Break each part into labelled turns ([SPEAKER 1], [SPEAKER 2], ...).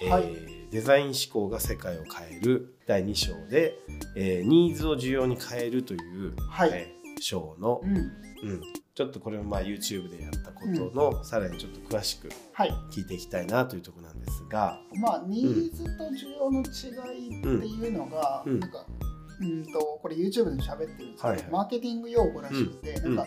[SPEAKER 1] ーデザイン思考が世界を変える第2章で、えーニーズを需要に変えるという、
[SPEAKER 2] はい
[SPEAKER 1] えー章の
[SPEAKER 2] う、ん
[SPEAKER 1] うんちょっとこれもまあ YouTube でやったことの、さらにちょっと詳しく
[SPEAKER 2] はい
[SPEAKER 1] 聞いていきたいなというところなんですが、
[SPEAKER 2] まあ、ニーズと需要の違いっていうのが、
[SPEAKER 1] うん
[SPEAKER 2] なんかうんとこれ YouTube でも喋ってるんですけど、
[SPEAKER 1] はいはい
[SPEAKER 2] マーケティング用語らしくて、
[SPEAKER 1] ん
[SPEAKER 2] なんか、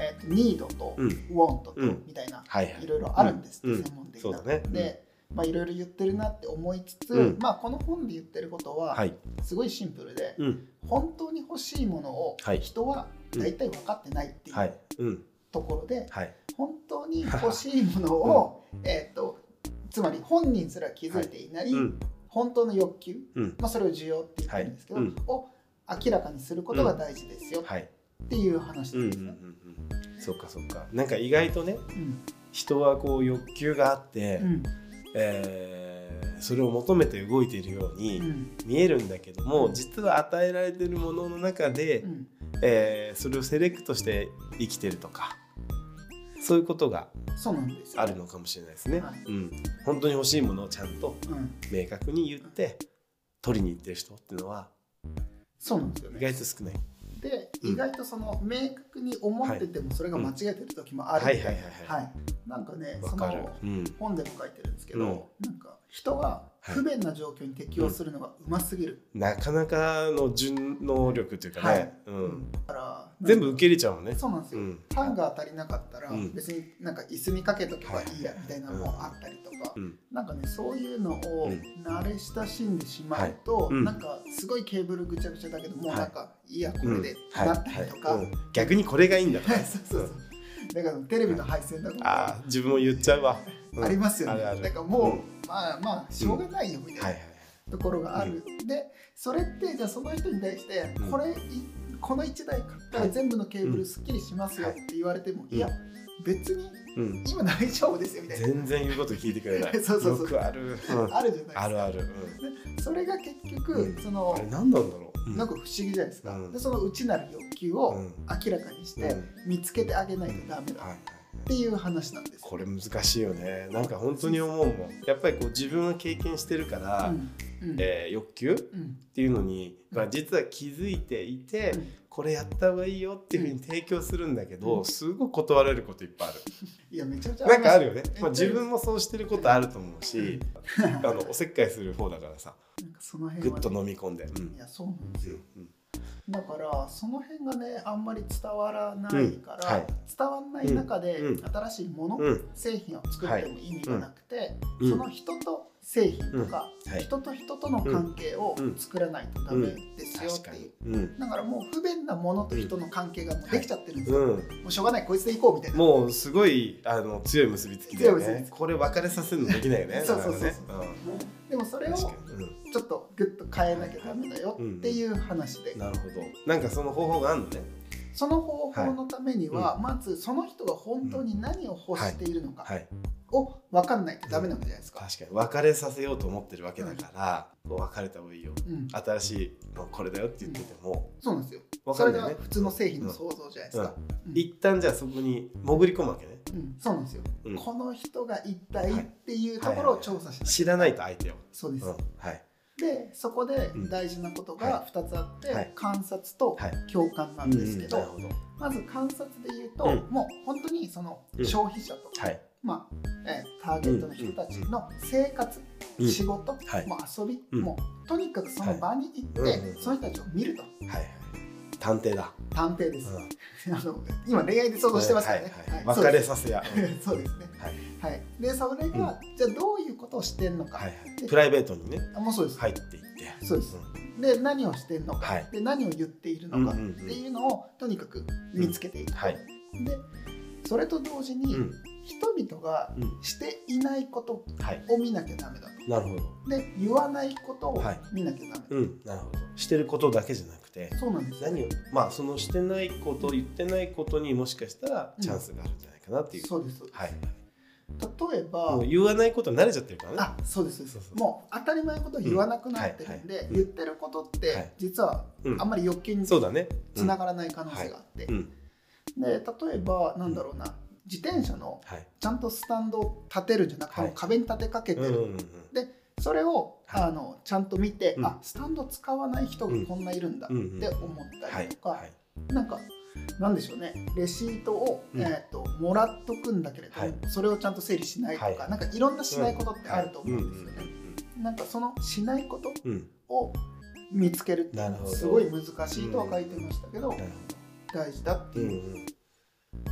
[SPEAKER 2] えー、とニードと、
[SPEAKER 1] うん、
[SPEAKER 2] ウォントと、
[SPEAKER 1] うん
[SPEAKER 2] みたいな
[SPEAKER 1] はいはい
[SPEAKER 2] いろいろあるんですって、
[SPEAKER 1] うん
[SPEAKER 2] 専門的
[SPEAKER 1] そう
[SPEAKER 2] な
[SPEAKER 1] だねうん
[SPEAKER 2] で、まあ、いろいろ言ってるなって思いつつ、
[SPEAKER 1] うん
[SPEAKER 2] まあ、この本で言ってることは、
[SPEAKER 1] はい、
[SPEAKER 2] すごいシンプルで、
[SPEAKER 1] うん、
[SPEAKER 2] 本当に欲しいものを
[SPEAKER 1] はい
[SPEAKER 2] 人は大体分かってないってい
[SPEAKER 1] は
[SPEAKER 2] う
[SPEAKER 1] い、うん、
[SPEAKER 2] ところで、
[SPEAKER 1] はい、
[SPEAKER 2] 本当に欲しいものを、えーっとつまり本人すら気づいていない、
[SPEAKER 1] うん、
[SPEAKER 2] 本当の欲求、
[SPEAKER 1] うん、
[SPEAKER 2] まあ、それを需要って言ってるんですけど、
[SPEAKER 1] はいうん
[SPEAKER 2] を明らかにすることが大事ですよ
[SPEAKER 1] はい、
[SPEAKER 2] っていう話
[SPEAKER 1] うん、
[SPEAKER 2] な
[SPEAKER 1] うんん、
[SPEAKER 2] で
[SPEAKER 1] う
[SPEAKER 2] す
[SPEAKER 1] ん
[SPEAKER 2] ね。
[SPEAKER 1] うん、そっかそっか、なんか意外とね、
[SPEAKER 2] うん
[SPEAKER 1] 人はこう欲求があって、
[SPEAKER 2] うん
[SPEAKER 1] えーそれを求めて動いているよう
[SPEAKER 2] う
[SPEAKER 1] に
[SPEAKER 2] ん
[SPEAKER 1] 見えるんだけども、実は与えられているものの中で、
[SPEAKER 2] うん
[SPEAKER 1] えーそれをセレクトして生きてるとかそういうことが
[SPEAKER 2] そうなんですよ
[SPEAKER 1] あるのかもしれないですね、
[SPEAKER 2] は
[SPEAKER 1] う
[SPEAKER 2] い
[SPEAKER 1] ん、本当に欲しいものをちゃんと
[SPEAKER 2] うん、
[SPEAKER 1] 明確に言って取りに行ってる人っていうのは
[SPEAKER 2] そうなんですよ
[SPEAKER 1] 意
[SPEAKER 2] ね。
[SPEAKER 1] 外と少ない。
[SPEAKER 2] で
[SPEAKER 1] うん
[SPEAKER 2] 意外とその明確に思っててもそれが間違えてる時もある
[SPEAKER 1] は
[SPEAKER 2] ん
[SPEAKER 1] い
[SPEAKER 2] で
[SPEAKER 1] はいはい
[SPEAKER 2] は
[SPEAKER 1] はい
[SPEAKER 2] なんかね
[SPEAKER 1] い。わ
[SPEAKER 2] そ
[SPEAKER 1] かる
[SPEAKER 2] の。
[SPEAKER 1] うん。
[SPEAKER 2] 本でも書いてるんですけ
[SPEAKER 1] う
[SPEAKER 2] ど、なんか人は不便な状況に適応するのがうますぎる、
[SPEAKER 1] なかなかの順応力というかね、
[SPEAKER 2] はい
[SPEAKER 1] うん、
[SPEAKER 2] なんか
[SPEAKER 1] 全部受け入れちゃうもんね。
[SPEAKER 2] そうなんですよ、
[SPEAKER 1] うん
[SPEAKER 2] タンが足りなかったら
[SPEAKER 1] うん
[SPEAKER 2] 別になんか椅子にかけとけばいいやみたいなのもあったりとか、
[SPEAKER 1] うん
[SPEAKER 2] なんかねそういうの
[SPEAKER 1] う
[SPEAKER 2] を
[SPEAKER 1] ん
[SPEAKER 2] 慣れ親しんでしまうと、
[SPEAKER 1] いうん
[SPEAKER 2] なんかすごいケーブルぐちゃぐちゃだけどもう
[SPEAKER 1] はい
[SPEAKER 2] なんか、い、やこれで、
[SPEAKER 1] はい
[SPEAKER 2] なったりとか、
[SPEAKER 1] はいうん逆にこれがいいんだとか
[SPEAKER 2] はい そうそうそうだからテレビの配線だと
[SPEAKER 1] あ
[SPEAKER 2] か
[SPEAKER 1] あ自分も言っちゃうわ、うん
[SPEAKER 2] ありますよね、
[SPEAKER 1] あるある
[SPEAKER 2] だからもう、
[SPEAKER 1] うん
[SPEAKER 2] まあまあしょうがないよみたいな、
[SPEAKER 1] はいはい
[SPEAKER 2] ところがある、でそれってじゃあその人に対して、
[SPEAKER 1] うん
[SPEAKER 2] これいこの1台買ったら全部のケーブルすっきりしますよ
[SPEAKER 1] は
[SPEAKER 2] っ
[SPEAKER 1] い
[SPEAKER 2] て言われても、
[SPEAKER 1] うん
[SPEAKER 2] いや別に
[SPEAKER 1] うん、
[SPEAKER 2] 今大丈夫ですよみたいな
[SPEAKER 1] 全然言うこと聞いてくれない
[SPEAKER 2] そうそうそう
[SPEAKER 1] よくある、うん
[SPEAKER 2] あるじゃないですか
[SPEAKER 1] あるある、
[SPEAKER 2] それが結局、
[SPEAKER 1] うん
[SPEAKER 2] そ
[SPEAKER 1] うん、
[SPEAKER 2] の
[SPEAKER 1] あれ何なんだろう、う
[SPEAKER 2] なんか不思議じゃないですか、
[SPEAKER 1] うん
[SPEAKER 2] でその内なる欲求を
[SPEAKER 1] うん
[SPEAKER 2] 明らかにして、
[SPEAKER 1] うん
[SPEAKER 2] 見つけてあげないとダメだ
[SPEAKER 1] はいはい
[SPEAKER 2] っていう話なんですよ。
[SPEAKER 1] これ難しいよねなんか本当に思うもんやっぱりこう自分は経験してるから、
[SPEAKER 2] うんうん
[SPEAKER 1] えー欲求っ
[SPEAKER 2] うん
[SPEAKER 1] ていうのに、まあ、実は気づいていて、
[SPEAKER 2] うん
[SPEAKER 1] これやった方がいいよっていうふうに提供するんだけど、
[SPEAKER 2] うん
[SPEAKER 1] すごい断られることいっぱいある、
[SPEAKER 2] いやめちゃめちゃ
[SPEAKER 1] なんかある
[SPEAKER 2] よ
[SPEAKER 1] よね
[SPEAKER 2] え、
[SPEAKER 1] まあ、自分もそうしてることあると思うし、 あのおせっかいする方だからさ
[SPEAKER 2] なんかその辺
[SPEAKER 1] ぐっ
[SPEAKER 2] はね、
[SPEAKER 1] と飲み込んで、うん
[SPEAKER 2] いやそうなんですよ
[SPEAKER 1] うん
[SPEAKER 2] だからその辺がねあんまり伝わらないから、
[SPEAKER 1] うんはい
[SPEAKER 2] 伝わらない中で、
[SPEAKER 1] うん
[SPEAKER 2] 新しいもの、
[SPEAKER 1] うん
[SPEAKER 2] 製品を作っても意味がなくて、
[SPEAKER 1] うん
[SPEAKER 2] その人と製品とか、
[SPEAKER 1] うんはい
[SPEAKER 2] 人と人との関係を
[SPEAKER 1] うん
[SPEAKER 2] 作らないとダメですよっ
[SPEAKER 1] 確
[SPEAKER 2] て
[SPEAKER 1] か
[SPEAKER 2] いう
[SPEAKER 1] に、、うん
[SPEAKER 2] だからもう不便なものと人の関係がもうできちゃってるんですよ、
[SPEAKER 1] うん、
[SPEAKER 2] もうしょうがないこいつで行こうみたいな
[SPEAKER 1] もうすごいあの強い結びつきだよ
[SPEAKER 2] 強い結び
[SPEAKER 1] ね
[SPEAKER 2] つ。。
[SPEAKER 1] これ別れさせるのできないよね
[SPEAKER 2] そうそうそうそう
[SPEAKER 1] だからね
[SPEAKER 2] でもそれを
[SPEAKER 1] うん
[SPEAKER 2] ち
[SPEAKER 1] 確
[SPEAKER 2] ょ
[SPEAKER 1] かに、うん
[SPEAKER 2] っとグッと変えなきゃダメだよっていう話で、
[SPEAKER 1] なるほど。なんかその方法があるのね。
[SPEAKER 2] その方法のためには、まずその人が本当に何を欲しているのか、
[SPEAKER 1] はい。
[SPEAKER 2] を分かんないとダメなわけじゃないですか。
[SPEAKER 1] 確かに別れさせようと思ってるわけだから、こう別れた方がいいよ。
[SPEAKER 2] うん、
[SPEAKER 1] 新しいのこれだよって言ってても、
[SPEAKER 2] そうなんですよ。
[SPEAKER 1] 分か
[SPEAKER 2] そ
[SPEAKER 1] ん
[SPEAKER 2] れ
[SPEAKER 1] ない
[SPEAKER 2] が
[SPEAKER 1] よね。
[SPEAKER 2] 普通の製品の想像じゃないですか。うん
[SPEAKER 1] 一旦じゃあそこに潜り込むわけね。
[SPEAKER 2] うんそうなんですよ、
[SPEAKER 1] うん
[SPEAKER 2] この人が一体っていうところを調査しない。
[SPEAKER 1] 知らないと相手を。
[SPEAKER 2] そうで
[SPEAKER 1] うん。
[SPEAKER 2] す、
[SPEAKER 1] はい。
[SPEAKER 2] でそこで
[SPEAKER 1] うん
[SPEAKER 2] 大事なこと
[SPEAKER 1] は
[SPEAKER 2] が2つあって、
[SPEAKER 1] はい
[SPEAKER 2] 観察と
[SPEAKER 1] はい。
[SPEAKER 2] 共感なんですけど、
[SPEAKER 1] うんなるほど。
[SPEAKER 2] まず観察で言うと、
[SPEAKER 1] うん
[SPEAKER 2] もう本当にその
[SPEAKER 1] うん
[SPEAKER 2] 消費者と、
[SPEAKER 1] はい。
[SPEAKER 2] まあえーターゲットの人たちの生活、
[SPEAKER 1] うん
[SPEAKER 2] 仕事、
[SPEAKER 1] はい
[SPEAKER 2] もう遊び、
[SPEAKER 1] うん
[SPEAKER 2] もうとにかくその場に行って、
[SPEAKER 1] はいうん
[SPEAKER 2] その人たちを見ると
[SPEAKER 1] はいはい。探偵だ。
[SPEAKER 2] 探偵です、
[SPEAKER 1] うん
[SPEAKER 2] あの今恋愛で想像してますからね。
[SPEAKER 1] はいはい
[SPEAKER 2] はい
[SPEAKER 1] 別れさせや。
[SPEAKER 2] そう
[SPEAKER 1] うん
[SPEAKER 2] です そうですね。
[SPEAKER 1] はい
[SPEAKER 2] はい。でそれが、じゃあどういうことをしてんのか。
[SPEAKER 1] はいはい、
[SPEAKER 2] で
[SPEAKER 1] プライベートにね
[SPEAKER 2] あもうそうです。
[SPEAKER 1] 入っていって
[SPEAKER 2] そうです
[SPEAKER 1] ん
[SPEAKER 2] で何をしてんのか、
[SPEAKER 1] はい
[SPEAKER 2] で何を言っているのかっ
[SPEAKER 1] う
[SPEAKER 2] て
[SPEAKER 1] んうんうん
[SPEAKER 2] いうのをとにかく見つけていく。
[SPEAKER 1] はい、
[SPEAKER 2] でそれと同時に、
[SPEAKER 1] うん
[SPEAKER 2] 人々が
[SPEAKER 1] うん
[SPEAKER 2] していないこと
[SPEAKER 1] はい、
[SPEAKER 2] を見なきゃダメだと。
[SPEAKER 1] なるほど、
[SPEAKER 2] で言わないことを
[SPEAKER 1] はい
[SPEAKER 2] 見なきゃダメだ。
[SPEAKER 1] うん、なるほどしてることだけじゃなくて
[SPEAKER 2] そうなんです。
[SPEAKER 1] 何をまあそのしてないこと言ってないことにもしかしたら
[SPEAKER 2] うん
[SPEAKER 1] チャンスがあるんじゃないかなっていう、
[SPEAKER 2] そうです。
[SPEAKER 1] はい、
[SPEAKER 2] 例えば
[SPEAKER 1] もう言わないことに慣れちゃってるからね
[SPEAKER 2] あそうですそうです
[SPEAKER 1] そうそう
[SPEAKER 2] もう当たり前のことを言わなくなってるんで、
[SPEAKER 1] うんはいはい
[SPEAKER 2] 言ってることって、
[SPEAKER 1] はい
[SPEAKER 2] 実は
[SPEAKER 1] うん
[SPEAKER 2] あんまり欲求に
[SPEAKER 1] そうだね
[SPEAKER 2] つな
[SPEAKER 1] が
[SPEAKER 2] がらない可能性があって、
[SPEAKER 1] うん、うん
[SPEAKER 2] で例えばなんだろうな自転車の
[SPEAKER 1] はい
[SPEAKER 2] ちゃんとスタンドを立てるんじゃなくて、
[SPEAKER 1] はい
[SPEAKER 2] 壁に立てかけて
[SPEAKER 1] う
[SPEAKER 2] る、
[SPEAKER 1] んうんうん
[SPEAKER 2] でそれを、
[SPEAKER 1] はい
[SPEAKER 2] あのちゃんと見て、
[SPEAKER 1] うん
[SPEAKER 2] あスタンド使わない人がこんないるんだ
[SPEAKER 1] うんうん
[SPEAKER 2] って思った
[SPEAKER 1] は
[SPEAKER 2] り
[SPEAKER 1] い
[SPEAKER 2] とか、
[SPEAKER 1] はい
[SPEAKER 2] なんかなんでしょうねレシートを、
[SPEAKER 1] うん
[SPEAKER 2] えー、ともらっとくんだけれども、
[SPEAKER 1] はい
[SPEAKER 2] それをちゃんと整理しないとか、
[SPEAKER 1] はい
[SPEAKER 2] なんかいろんなしないことって
[SPEAKER 1] はい
[SPEAKER 2] あると思うんですよね。なんかそのしないこと
[SPEAKER 1] うんうん
[SPEAKER 2] を見つけるっていう
[SPEAKER 1] なる
[SPEAKER 2] の
[SPEAKER 1] ほ
[SPEAKER 2] は
[SPEAKER 1] ど
[SPEAKER 2] すごい難しいとは書いてましたけど、
[SPEAKER 1] うんなる
[SPEAKER 2] 大事だって
[SPEAKER 1] ほどう
[SPEAKER 2] い
[SPEAKER 1] ん
[SPEAKER 2] う、
[SPEAKER 1] うん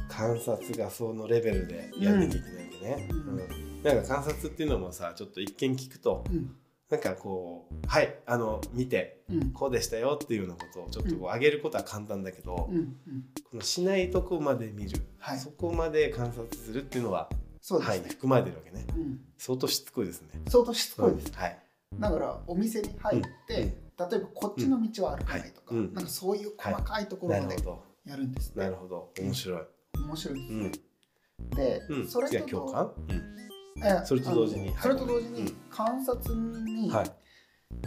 [SPEAKER 1] 観察がそのレベルでやんなきゃいけないんでね、
[SPEAKER 2] う
[SPEAKER 1] うんんなんか観察っていうのもさちょっと一見聞くと
[SPEAKER 2] うん
[SPEAKER 1] なんかこうはいあの見て
[SPEAKER 2] うん
[SPEAKER 1] こうでしたよっていうようなことをちょっとこう上げることは簡単だけど、
[SPEAKER 2] うんうん、
[SPEAKER 1] このしないとこまで見る、
[SPEAKER 2] はい
[SPEAKER 1] そこまで観察するっていうのは、
[SPEAKER 2] そうです
[SPEAKER 1] は
[SPEAKER 2] ね、
[SPEAKER 1] い、含まれてるわけね
[SPEAKER 2] うん、
[SPEAKER 1] 相当しつこいですね
[SPEAKER 2] 相当しつこいです、
[SPEAKER 1] はい
[SPEAKER 2] だからお店に入って、
[SPEAKER 1] うんうん
[SPEAKER 2] 例えばこっちの道は歩かないとか、
[SPEAKER 1] うんはい
[SPEAKER 2] なんかそういう細かいところ
[SPEAKER 1] な
[SPEAKER 2] ま
[SPEAKER 1] る
[SPEAKER 2] で
[SPEAKER 1] ほど
[SPEAKER 2] やるんですね、
[SPEAKER 1] なるほど面白い
[SPEAKER 2] 面白いです
[SPEAKER 1] う
[SPEAKER 2] ね
[SPEAKER 1] ん、
[SPEAKER 2] で、
[SPEAKER 1] うん、
[SPEAKER 2] それ
[SPEAKER 1] 次は
[SPEAKER 2] と
[SPEAKER 1] 共
[SPEAKER 2] 同
[SPEAKER 1] 感、うん
[SPEAKER 2] ええ
[SPEAKER 1] それと同時に
[SPEAKER 2] あの
[SPEAKER 1] はい
[SPEAKER 2] それと同時
[SPEAKER 1] う
[SPEAKER 2] に
[SPEAKER 1] ん
[SPEAKER 2] 観察に
[SPEAKER 1] はい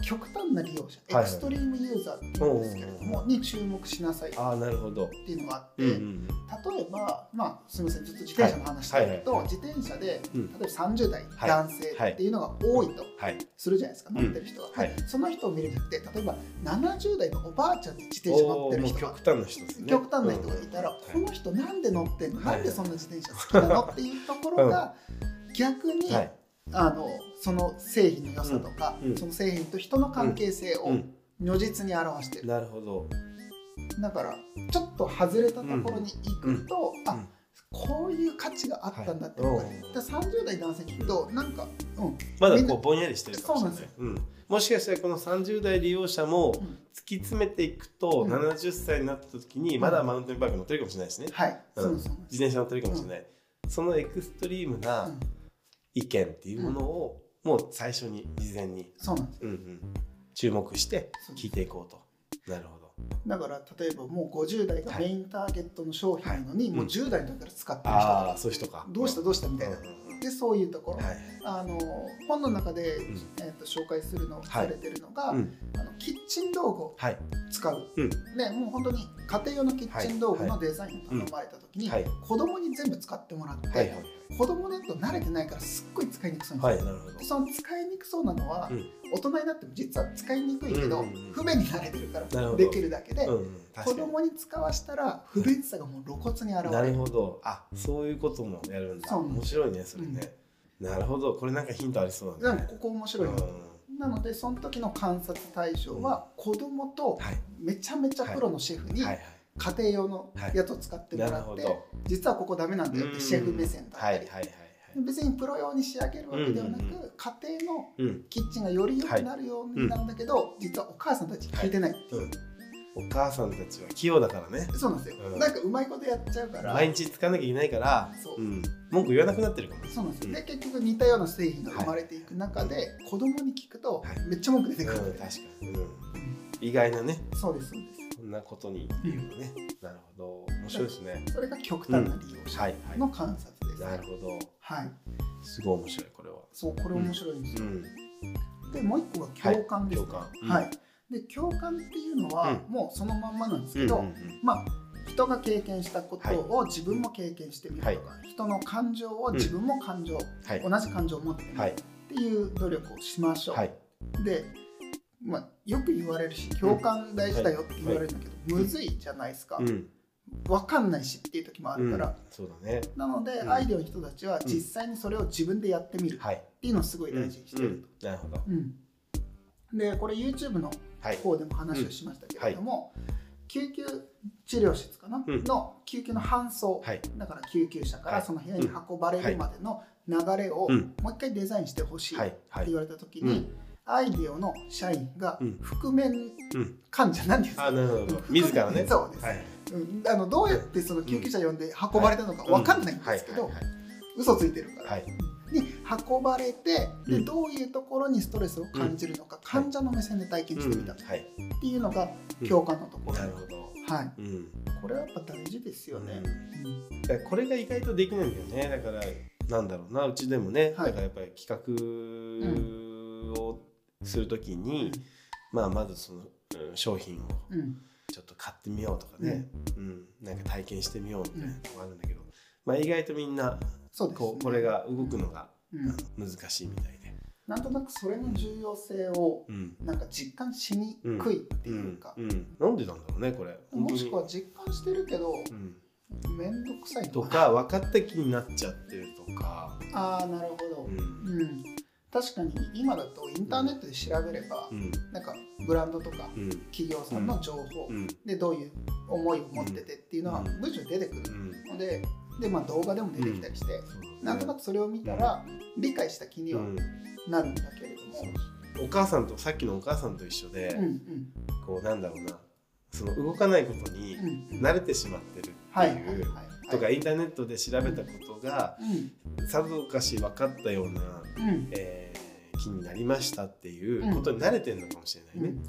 [SPEAKER 2] 極端な利用者、
[SPEAKER 1] はい
[SPEAKER 2] エクストリームユーザーって言うんですけれども、
[SPEAKER 1] う
[SPEAKER 2] に注目しなさいっ
[SPEAKER 1] ああなるほど
[SPEAKER 2] ていうのがあって、
[SPEAKER 1] うんうん
[SPEAKER 2] 例えば、まあ、すみませんちょっと自転車の話だけど、
[SPEAKER 1] はいはいはい
[SPEAKER 2] 自転車で
[SPEAKER 1] うん
[SPEAKER 2] 例えば30代
[SPEAKER 1] はい
[SPEAKER 2] 男性っていうのが多いと
[SPEAKER 1] はい
[SPEAKER 2] するじゃないですか、
[SPEAKER 1] うん
[SPEAKER 2] 乗ってる人が、
[SPEAKER 1] はい
[SPEAKER 2] その人を見るんじゃなくて例えば70代のおばあちゃんで自転車乗ってる人
[SPEAKER 1] おーも
[SPEAKER 2] が
[SPEAKER 1] う極端な人ですね
[SPEAKER 2] 極端な人がいたら、
[SPEAKER 1] うん
[SPEAKER 2] この人なんで乗ってんの、
[SPEAKER 1] はい
[SPEAKER 2] なんでそんな自転車好きなのっていうところが、逆に、
[SPEAKER 1] はい
[SPEAKER 2] あのその製品の良さとか、
[SPEAKER 1] うんうん
[SPEAKER 2] その製品と人の関係性
[SPEAKER 1] う
[SPEAKER 2] を
[SPEAKER 1] ん
[SPEAKER 2] 如実に表してる、
[SPEAKER 1] なるほど
[SPEAKER 2] だからちょっと外れたところに行くと、
[SPEAKER 1] う
[SPEAKER 2] あ
[SPEAKER 1] ん
[SPEAKER 2] こういう価値があったんだって、
[SPEAKER 1] はい
[SPEAKER 2] 僕はねで30代男性聞くとなんか、うん
[SPEAKER 1] まだ
[SPEAKER 2] みん
[SPEAKER 1] こ
[SPEAKER 2] な
[SPEAKER 1] うぼんやりしてるかもしれ
[SPEAKER 2] そう
[SPEAKER 1] な
[SPEAKER 2] ない
[SPEAKER 1] うんもしかしたらこの30代利用者も
[SPEAKER 2] うん
[SPEAKER 1] 突き詰めていくと
[SPEAKER 2] うん
[SPEAKER 1] 70歳になった時にまだマウンテンバイク乗ってるかもしれないしね
[SPEAKER 2] はい、
[SPEAKER 1] うん
[SPEAKER 2] そうそう
[SPEAKER 1] 自転車乗ってるかもしれない、そのエクストリーム
[SPEAKER 2] う
[SPEAKER 1] なん意見っていうものを、もう最初に事前に、
[SPEAKER 2] そうなんです
[SPEAKER 1] うんうん、注目して
[SPEAKER 2] そう
[SPEAKER 1] 聞いていこうとなるほど
[SPEAKER 2] だから例えばもう50代がメインターゲットの商品なのに、
[SPEAKER 1] はい
[SPEAKER 2] もう10代の時から使ってる人と
[SPEAKER 1] あ
[SPEAKER 2] か
[SPEAKER 1] あそういう人か
[SPEAKER 2] どうした
[SPEAKER 1] うし
[SPEAKER 2] どうしたみたいな、でそういうところ、
[SPEAKER 1] はい
[SPEAKER 2] あの本の中で、
[SPEAKER 1] ん
[SPEAKER 2] えー、と紹介するの、されてるのが、
[SPEAKER 1] うん
[SPEAKER 2] あのキッチン道具を
[SPEAKER 1] はい
[SPEAKER 2] 使う、
[SPEAKER 1] うん
[SPEAKER 2] ね、もう本当に家庭用のキッチン道具のデザインを頼まれた時に、
[SPEAKER 1] はい
[SPEAKER 2] 子供に全部使ってもらって、
[SPEAKER 1] はいはい
[SPEAKER 2] 子供だと慣れてないからすっごい使いにくそうにす
[SPEAKER 1] は
[SPEAKER 2] る、
[SPEAKER 1] いなるほど
[SPEAKER 2] でその使いにくそうなのは、
[SPEAKER 1] うん
[SPEAKER 2] 大人になっても実は使いにくいけど、
[SPEAKER 1] うんうんうん
[SPEAKER 2] 不便に慣れてる
[SPEAKER 1] な
[SPEAKER 2] か
[SPEAKER 1] るほ
[SPEAKER 2] ら
[SPEAKER 1] ど
[SPEAKER 2] できるだけで、
[SPEAKER 1] うんうん、
[SPEAKER 2] 子
[SPEAKER 1] 確か
[SPEAKER 2] 供に使わしたら不便さがもう露骨に現
[SPEAKER 1] に
[SPEAKER 2] れ
[SPEAKER 1] なる
[SPEAKER 2] る
[SPEAKER 1] ほどあそういうこともやるんだ
[SPEAKER 2] そうなん
[SPEAKER 1] 面
[SPEAKER 2] です
[SPEAKER 1] 白いねそれね、なるほどこれなんかヒントありそうだ
[SPEAKER 2] なん
[SPEAKER 1] ね
[SPEAKER 2] かここ面白いな、なのでその時の観察対象は子供と
[SPEAKER 1] うんはい
[SPEAKER 2] めちゃめちゃプロのシェフに
[SPEAKER 1] はい
[SPEAKER 2] 家
[SPEAKER 1] は
[SPEAKER 2] 庭用のやつを使って
[SPEAKER 1] い
[SPEAKER 2] も
[SPEAKER 1] なる
[SPEAKER 2] らっ
[SPEAKER 1] ほ
[SPEAKER 2] て、
[SPEAKER 1] ど
[SPEAKER 2] 実はここダメなんだよってシェフ目線だっ
[SPEAKER 1] はいは
[SPEAKER 2] た
[SPEAKER 1] い
[SPEAKER 2] り、
[SPEAKER 1] はいはい
[SPEAKER 2] 別にプロ用に仕上げるわけではなく、
[SPEAKER 1] うんうんう
[SPEAKER 2] 家庭の
[SPEAKER 1] うん
[SPEAKER 2] キッチンがより良くなるようになるんだけど、実はお母さんたち聞いてないっていう、
[SPEAKER 1] お母さんたちは器用だからね
[SPEAKER 2] そうなんですよ、
[SPEAKER 1] うん
[SPEAKER 2] なんかうまいことやっちゃうから
[SPEAKER 1] 毎日使わなきゃいけないから
[SPEAKER 2] そう
[SPEAKER 1] うん、文句言わなくなってるかもね
[SPEAKER 2] そうなんですよ
[SPEAKER 1] うん
[SPEAKER 2] で結局似たような製品が生まれていく中で、子供に聞くと
[SPEAKER 1] はい
[SPEAKER 2] めっちゃ文句出て
[SPEAKER 1] うん
[SPEAKER 2] くる、
[SPEAKER 1] 確かに、うん、意外なね
[SPEAKER 2] そうですそうです
[SPEAKER 1] こんなことに理由ね、なるほど面白いですね
[SPEAKER 2] それが極端な利用者
[SPEAKER 1] はいはい
[SPEAKER 2] の観察です、
[SPEAKER 1] なるほど
[SPEAKER 2] はい
[SPEAKER 1] すごい面白いこれは
[SPEAKER 2] そうこれ面白いんですよ、
[SPEAKER 1] うん
[SPEAKER 2] でもう一個が共感ですね、
[SPEAKER 1] は
[SPEAKER 2] はいい
[SPEAKER 1] 共感うん
[SPEAKER 2] で共感っていうのは、
[SPEAKER 1] う
[SPEAKER 2] もうそのまんまなんですけど、
[SPEAKER 1] うんうんうん
[SPEAKER 2] まあ人が経験したことを自分も経験してみるとか、人の感情を自分も感情、
[SPEAKER 1] はい
[SPEAKER 2] 同じ感情を持ってみる
[SPEAKER 1] はい
[SPEAKER 2] っていう努力をしましょう、
[SPEAKER 1] はい
[SPEAKER 2] で、まあ、よく言われるし共感大事だよって言われるんだけど、むずいじゃないですか、
[SPEAKER 1] うん
[SPEAKER 2] わかんないしっていう時もあるから、
[SPEAKER 1] うんそうだね
[SPEAKER 2] なので、
[SPEAKER 1] うん
[SPEAKER 2] アイデアの人たちは実際にそれを自分でやってみるっ
[SPEAKER 1] はい
[SPEAKER 2] ていうのをすごい大事にしてると。
[SPEAKER 1] うんなるほど
[SPEAKER 2] うん、でこれ YouTube の
[SPEAKER 1] はい
[SPEAKER 2] 方でも話をしましたけれども、救急治療室かな、
[SPEAKER 1] うん
[SPEAKER 2] の救急の搬送、
[SPEAKER 1] はい
[SPEAKER 2] だから救急車か
[SPEAKER 1] はい
[SPEAKER 2] らその部屋に運ばれるまでの流れを
[SPEAKER 1] うん
[SPEAKER 2] もう一回デザインしてほしいっ
[SPEAKER 1] は
[SPEAKER 2] て
[SPEAKER 1] いはい
[SPEAKER 2] 言われた時
[SPEAKER 1] う
[SPEAKER 2] に、アイデオの社員が
[SPEAKER 1] うん
[SPEAKER 2] 覆面
[SPEAKER 1] うん
[SPEAKER 2] 患者なんです
[SPEAKER 1] あ
[SPEAKER 2] か、
[SPEAKER 1] なるほど自らね
[SPEAKER 2] そうです、
[SPEAKER 1] はい
[SPEAKER 2] うんあのどうやってその救急車呼んで運ばれたのかわかんないんですけど、
[SPEAKER 1] はいはいはい
[SPEAKER 2] 嘘ついてるから、
[SPEAKER 1] はい
[SPEAKER 2] に運ばれてで、
[SPEAKER 1] うん
[SPEAKER 2] どういうところにストレスを感じるのか、患者の目線で体験してみたっ
[SPEAKER 1] うんはい
[SPEAKER 2] ていうのが
[SPEAKER 1] うん
[SPEAKER 2] 共感のところ、
[SPEAKER 1] なるほど
[SPEAKER 2] はい、
[SPEAKER 1] うん
[SPEAKER 2] これはやっぱ大事ですよね、
[SPEAKER 1] うん
[SPEAKER 2] うん
[SPEAKER 1] だからこれが意外とできないんだよねだからなんだろうなうちでもね、
[SPEAKER 2] はい
[SPEAKER 1] だからやっぱり企画をするときに、まあ、まずそのうん商品を
[SPEAKER 2] うん
[SPEAKER 1] ちょっと買ってみようとかね、うんなんか体験してみようみたいなとこあるんだけど、まあ、意外とみんな
[SPEAKER 2] そうですね
[SPEAKER 1] こうこれが動くのが
[SPEAKER 2] うん
[SPEAKER 1] あの難しいみたいで、
[SPEAKER 2] なんとなくそれの重要性を
[SPEAKER 1] うん
[SPEAKER 2] なんか実感しにくいっていうか、
[SPEAKER 1] うん、なんでなんだろうねこれ
[SPEAKER 2] もしくは実感してるけど
[SPEAKER 1] うん、
[SPEAKER 2] 面倒くさい
[SPEAKER 1] とか分かった気になっちゃってるとか、
[SPEAKER 2] ああなるほど
[SPEAKER 1] う、ん
[SPEAKER 2] うん、確かに今だとインターネットで調べれば、
[SPEAKER 1] うん
[SPEAKER 2] なんかブランドとか
[SPEAKER 1] うん
[SPEAKER 2] 企業さんの情報、
[SPEAKER 1] うん
[SPEAKER 2] でどういう思いを持っててっていうのは
[SPEAKER 1] うん
[SPEAKER 2] 文章出てく
[SPEAKER 1] う
[SPEAKER 2] る
[SPEAKER 1] ん
[SPEAKER 2] のでで、まあ、動画でも出てきたりして、なんとなくそれを見たら理解した気には
[SPEAKER 1] うん
[SPEAKER 2] なるんだけれども、
[SPEAKER 1] お母さんとさっきのお母さんと一緒で、
[SPEAKER 2] うんうん
[SPEAKER 1] こうなんだろうなその動かないことに
[SPEAKER 2] うんうん
[SPEAKER 1] 慣れてしまってるっていう、
[SPEAKER 2] はいはいはい
[SPEAKER 1] とか
[SPEAKER 2] はい
[SPEAKER 1] インターネットで調べたことが
[SPEAKER 2] うん
[SPEAKER 1] さぞかし分かったような、
[SPEAKER 2] うん
[SPEAKER 1] えー気になりましたっていうことに慣れてるのかもしれないね。
[SPEAKER 2] うん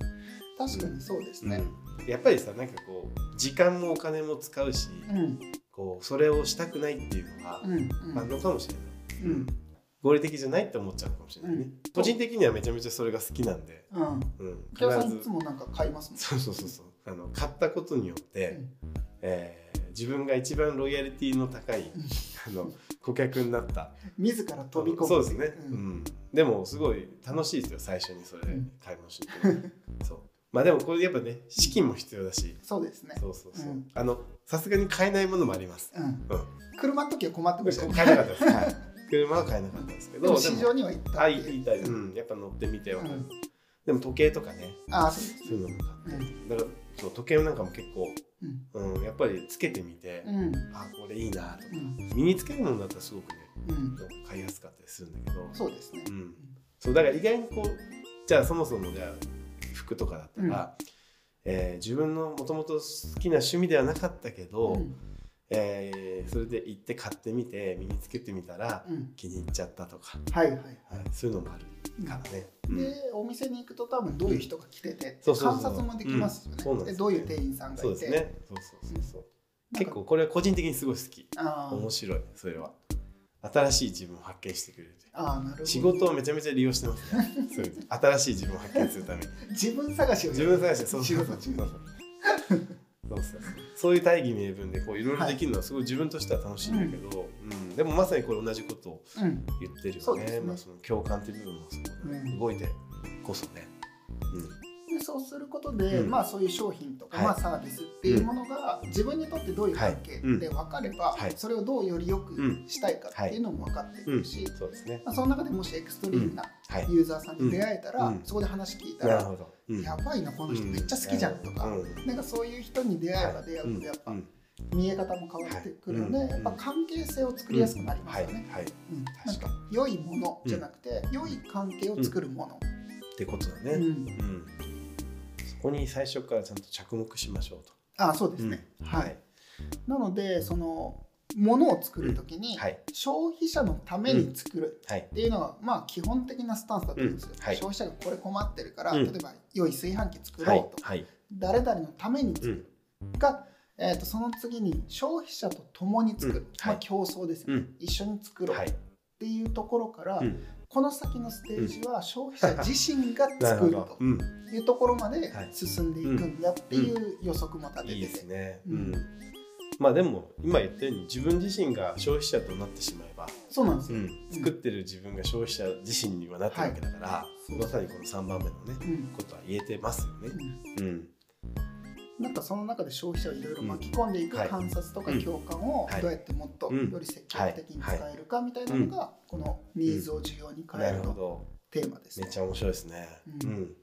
[SPEAKER 2] 確かにそうですね。
[SPEAKER 1] うんやっぱりさなんかこう時間もお金も使うし、
[SPEAKER 2] うん
[SPEAKER 1] こうそれをしたくないっていうのが
[SPEAKER 2] うん
[SPEAKER 1] あるのかもしれない、
[SPEAKER 2] うんうん
[SPEAKER 1] 合理的じゃないって思っちゃうかもしれないね、
[SPEAKER 2] うん
[SPEAKER 1] 個人的にはめちゃめちゃそれが好きなんで、
[SPEAKER 2] うん。
[SPEAKER 1] うん、
[SPEAKER 2] お客さんいつもなんか買いますもん。
[SPEAKER 1] そうそうそうそうあの買ったことによって、えー自分が一番ロイヤリティの高い、あの顧客になった
[SPEAKER 2] 自ら飛び込む。
[SPEAKER 1] そうですね、う
[SPEAKER 2] うんん
[SPEAKER 1] でもすごい楽しいですよ最初にそれ
[SPEAKER 2] うん
[SPEAKER 1] 買い物して、そうまあでもこれやっぱね資金も必要だし、
[SPEAKER 2] そうですね。
[SPEAKER 1] そうそうそう、
[SPEAKER 2] うん
[SPEAKER 1] あのさすがに買えないものもあります
[SPEAKER 2] うん。車の時は困ってましたよね。
[SPEAKER 1] 買えなかったです、はい、車は買えなかったですけど
[SPEAKER 2] でも市場には行った
[SPEAKER 1] あ
[SPEAKER 2] っ
[SPEAKER 1] い
[SPEAKER 2] て
[SPEAKER 1] い
[SPEAKER 2] いう。
[SPEAKER 1] いたい、うん、やっぱ乗ってみてわかる、
[SPEAKER 2] うん
[SPEAKER 1] でも時計とかね
[SPEAKER 2] ああ、そうです
[SPEAKER 1] そういうのも買って、
[SPEAKER 2] う
[SPEAKER 1] だからそう時計なんかも結構、
[SPEAKER 2] うん
[SPEAKER 1] うん、やっぱりつけてみて、
[SPEAKER 2] うんうん
[SPEAKER 1] あこれいいなとか身につけるものだったらすごくね
[SPEAKER 2] うん。
[SPEAKER 1] なんか買いやすかったりするんだけど
[SPEAKER 2] そうですね
[SPEAKER 1] う。ん、そうだから意外にこうじゃあそもそもじゃあ服とかだったら、えー自分のもともと好きな趣味ではなかったけど、
[SPEAKER 2] うん
[SPEAKER 1] えーそれで行って買ってみて身につけてみたら
[SPEAKER 2] うん。
[SPEAKER 1] 気に入っちゃったとか、
[SPEAKER 2] はいはいはい。
[SPEAKER 1] はい、そういうのもあるからね。うん
[SPEAKER 2] でお店に行くと多分どういう人が来てて
[SPEAKER 1] そ
[SPEAKER 2] 観
[SPEAKER 1] うそうそう
[SPEAKER 2] 察もできますよ
[SPEAKER 1] うんそうなんで
[SPEAKER 2] ね。
[SPEAKER 1] すよ
[SPEAKER 2] でどういう店員さんが
[SPEAKER 1] そう
[SPEAKER 2] い
[SPEAKER 1] で
[SPEAKER 2] て
[SPEAKER 1] す。ね。そうそうそうそう。
[SPEAKER 2] なん
[SPEAKER 1] 結
[SPEAKER 2] か
[SPEAKER 1] 構これは個人的にすごい好き。
[SPEAKER 2] あ
[SPEAKER 1] 面白い。それは新しい自分を発見してくれるという。
[SPEAKER 2] あああなるほど。
[SPEAKER 1] 仕事をめちゃめちゃ利用してますね。そういう新しい自分を発見するために。
[SPEAKER 2] 自分探しをやる
[SPEAKER 1] 自分探しでそう
[SPEAKER 2] 仕
[SPEAKER 1] そう
[SPEAKER 2] 事
[SPEAKER 1] そう
[SPEAKER 2] 中
[SPEAKER 1] そうそう。そうそうそういう大義名分でこういろいろできるのはすごい自分としては楽しいんだけど、うんでもまさにこれ同じことを
[SPEAKER 2] うん。
[SPEAKER 1] 言ってるよ
[SPEAKER 2] そう
[SPEAKER 1] ね
[SPEAKER 2] ですね
[SPEAKER 1] まあ、その共感っていう部分もそうだね
[SPEAKER 2] うん
[SPEAKER 1] 動いてこそね、うん、
[SPEAKER 2] でそうすることで、
[SPEAKER 1] うん
[SPEAKER 2] まあ、そういう商品とか、
[SPEAKER 1] はい
[SPEAKER 2] まあ、サービスっていうものが自分にとってどういう関係
[SPEAKER 1] はいうん
[SPEAKER 2] で分かれば、
[SPEAKER 1] はい
[SPEAKER 2] それをどうより良く
[SPEAKER 1] うん
[SPEAKER 2] したいかっていうのも分かってく
[SPEAKER 1] うん、
[SPEAKER 2] るし、
[SPEAKER 1] そうですね。
[SPEAKER 2] まあ、その中でもしエクストリームな
[SPEAKER 1] はい。
[SPEAKER 2] ユーザーさんに出会えたら、
[SPEAKER 1] うん
[SPEAKER 2] そこで話聞いた
[SPEAKER 1] なる
[SPEAKER 2] ら、
[SPEAKER 1] ほど。うん
[SPEAKER 2] やばいなこの人めっちゃ好きじゃんとか、
[SPEAKER 1] うん
[SPEAKER 2] なんかそういう人に出会えば出会うほどやっぱ見え方も変わってくるので、
[SPEAKER 1] はいうん
[SPEAKER 2] やっぱ関係性を作りやすくなります
[SPEAKER 1] はい
[SPEAKER 2] よ
[SPEAKER 1] は
[SPEAKER 2] ね。
[SPEAKER 1] い。っ
[SPEAKER 2] うんな
[SPEAKER 1] 確
[SPEAKER 2] ん
[SPEAKER 1] か
[SPEAKER 2] か良いものじゃなくて、良い関係を作るもの、
[SPEAKER 1] てことだ
[SPEAKER 2] う
[SPEAKER 1] ね。
[SPEAKER 2] ん
[SPEAKER 1] うん。そこに最初からちゃんと着目しましょうと。
[SPEAKER 2] あそうですね、
[SPEAKER 1] うん
[SPEAKER 2] はい。なのでそのものを作るときに、
[SPEAKER 1] はい。
[SPEAKER 2] 消費者のために作る
[SPEAKER 1] はい
[SPEAKER 2] っ。ていうのが、まあ、基本的なスタンスだと思うんですよ、
[SPEAKER 1] うんはい
[SPEAKER 2] 消費者がこれ困ってるから、
[SPEAKER 1] うん
[SPEAKER 2] 例えば良い炊飯器作
[SPEAKER 1] はい
[SPEAKER 2] ろうと、
[SPEAKER 1] はい。
[SPEAKER 2] 誰々のために
[SPEAKER 1] う
[SPEAKER 2] 作
[SPEAKER 1] ん
[SPEAKER 2] る。が、えー、とその次に消費者と共に作る、
[SPEAKER 1] うんは
[SPEAKER 2] まあ、
[SPEAKER 1] い
[SPEAKER 2] 競争ですよ
[SPEAKER 1] う
[SPEAKER 2] ね、
[SPEAKER 1] ん。
[SPEAKER 2] 一緒に作ろう
[SPEAKER 1] は
[SPEAKER 2] っ
[SPEAKER 1] い。
[SPEAKER 2] ていうところから、
[SPEAKER 1] うん
[SPEAKER 2] この先のステージは消費者自身 が
[SPEAKER 1] なる
[SPEAKER 2] 作
[SPEAKER 1] ほ
[SPEAKER 2] る
[SPEAKER 1] ど
[SPEAKER 2] と。
[SPEAKER 1] うん。
[SPEAKER 2] いうところまで
[SPEAKER 1] はい
[SPEAKER 2] 進んでいくんだっていう予測も立ててて、
[SPEAKER 1] いいですね。う
[SPEAKER 2] うん
[SPEAKER 1] ん。まあでも今言ったように自分自身が消費者となってしまえば、
[SPEAKER 2] そうなんです
[SPEAKER 1] う
[SPEAKER 2] よ、
[SPEAKER 1] ん、作ってる自分が消費者自身にはなってるわけだから、
[SPEAKER 2] い
[SPEAKER 1] まさにこの3番目のね
[SPEAKER 2] うん
[SPEAKER 1] ことは言えてますよね
[SPEAKER 2] う。ん
[SPEAKER 1] うん。
[SPEAKER 2] なんかその中で消費者をいろいろ巻き込んでいく
[SPEAKER 1] うんはい
[SPEAKER 2] 観察とか
[SPEAKER 1] うん
[SPEAKER 2] 共感を
[SPEAKER 1] はい
[SPEAKER 2] どうやってもっと
[SPEAKER 1] うん
[SPEAKER 2] より積極的に使えるかみたいな
[SPEAKER 1] うん
[SPEAKER 2] のがこのニーズを需要に変
[SPEAKER 1] な
[SPEAKER 2] え
[SPEAKER 1] る
[SPEAKER 2] る
[SPEAKER 1] ほ
[SPEAKER 2] の
[SPEAKER 1] ど。
[SPEAKER 2] テーマです
[SPEAKER 1] め
[SPEAKER 2] ね
[SPEAKER 1] っ。ちゃ面白いですね。う
[SPEAKER 2] うん
[SPEAKER 1] ん。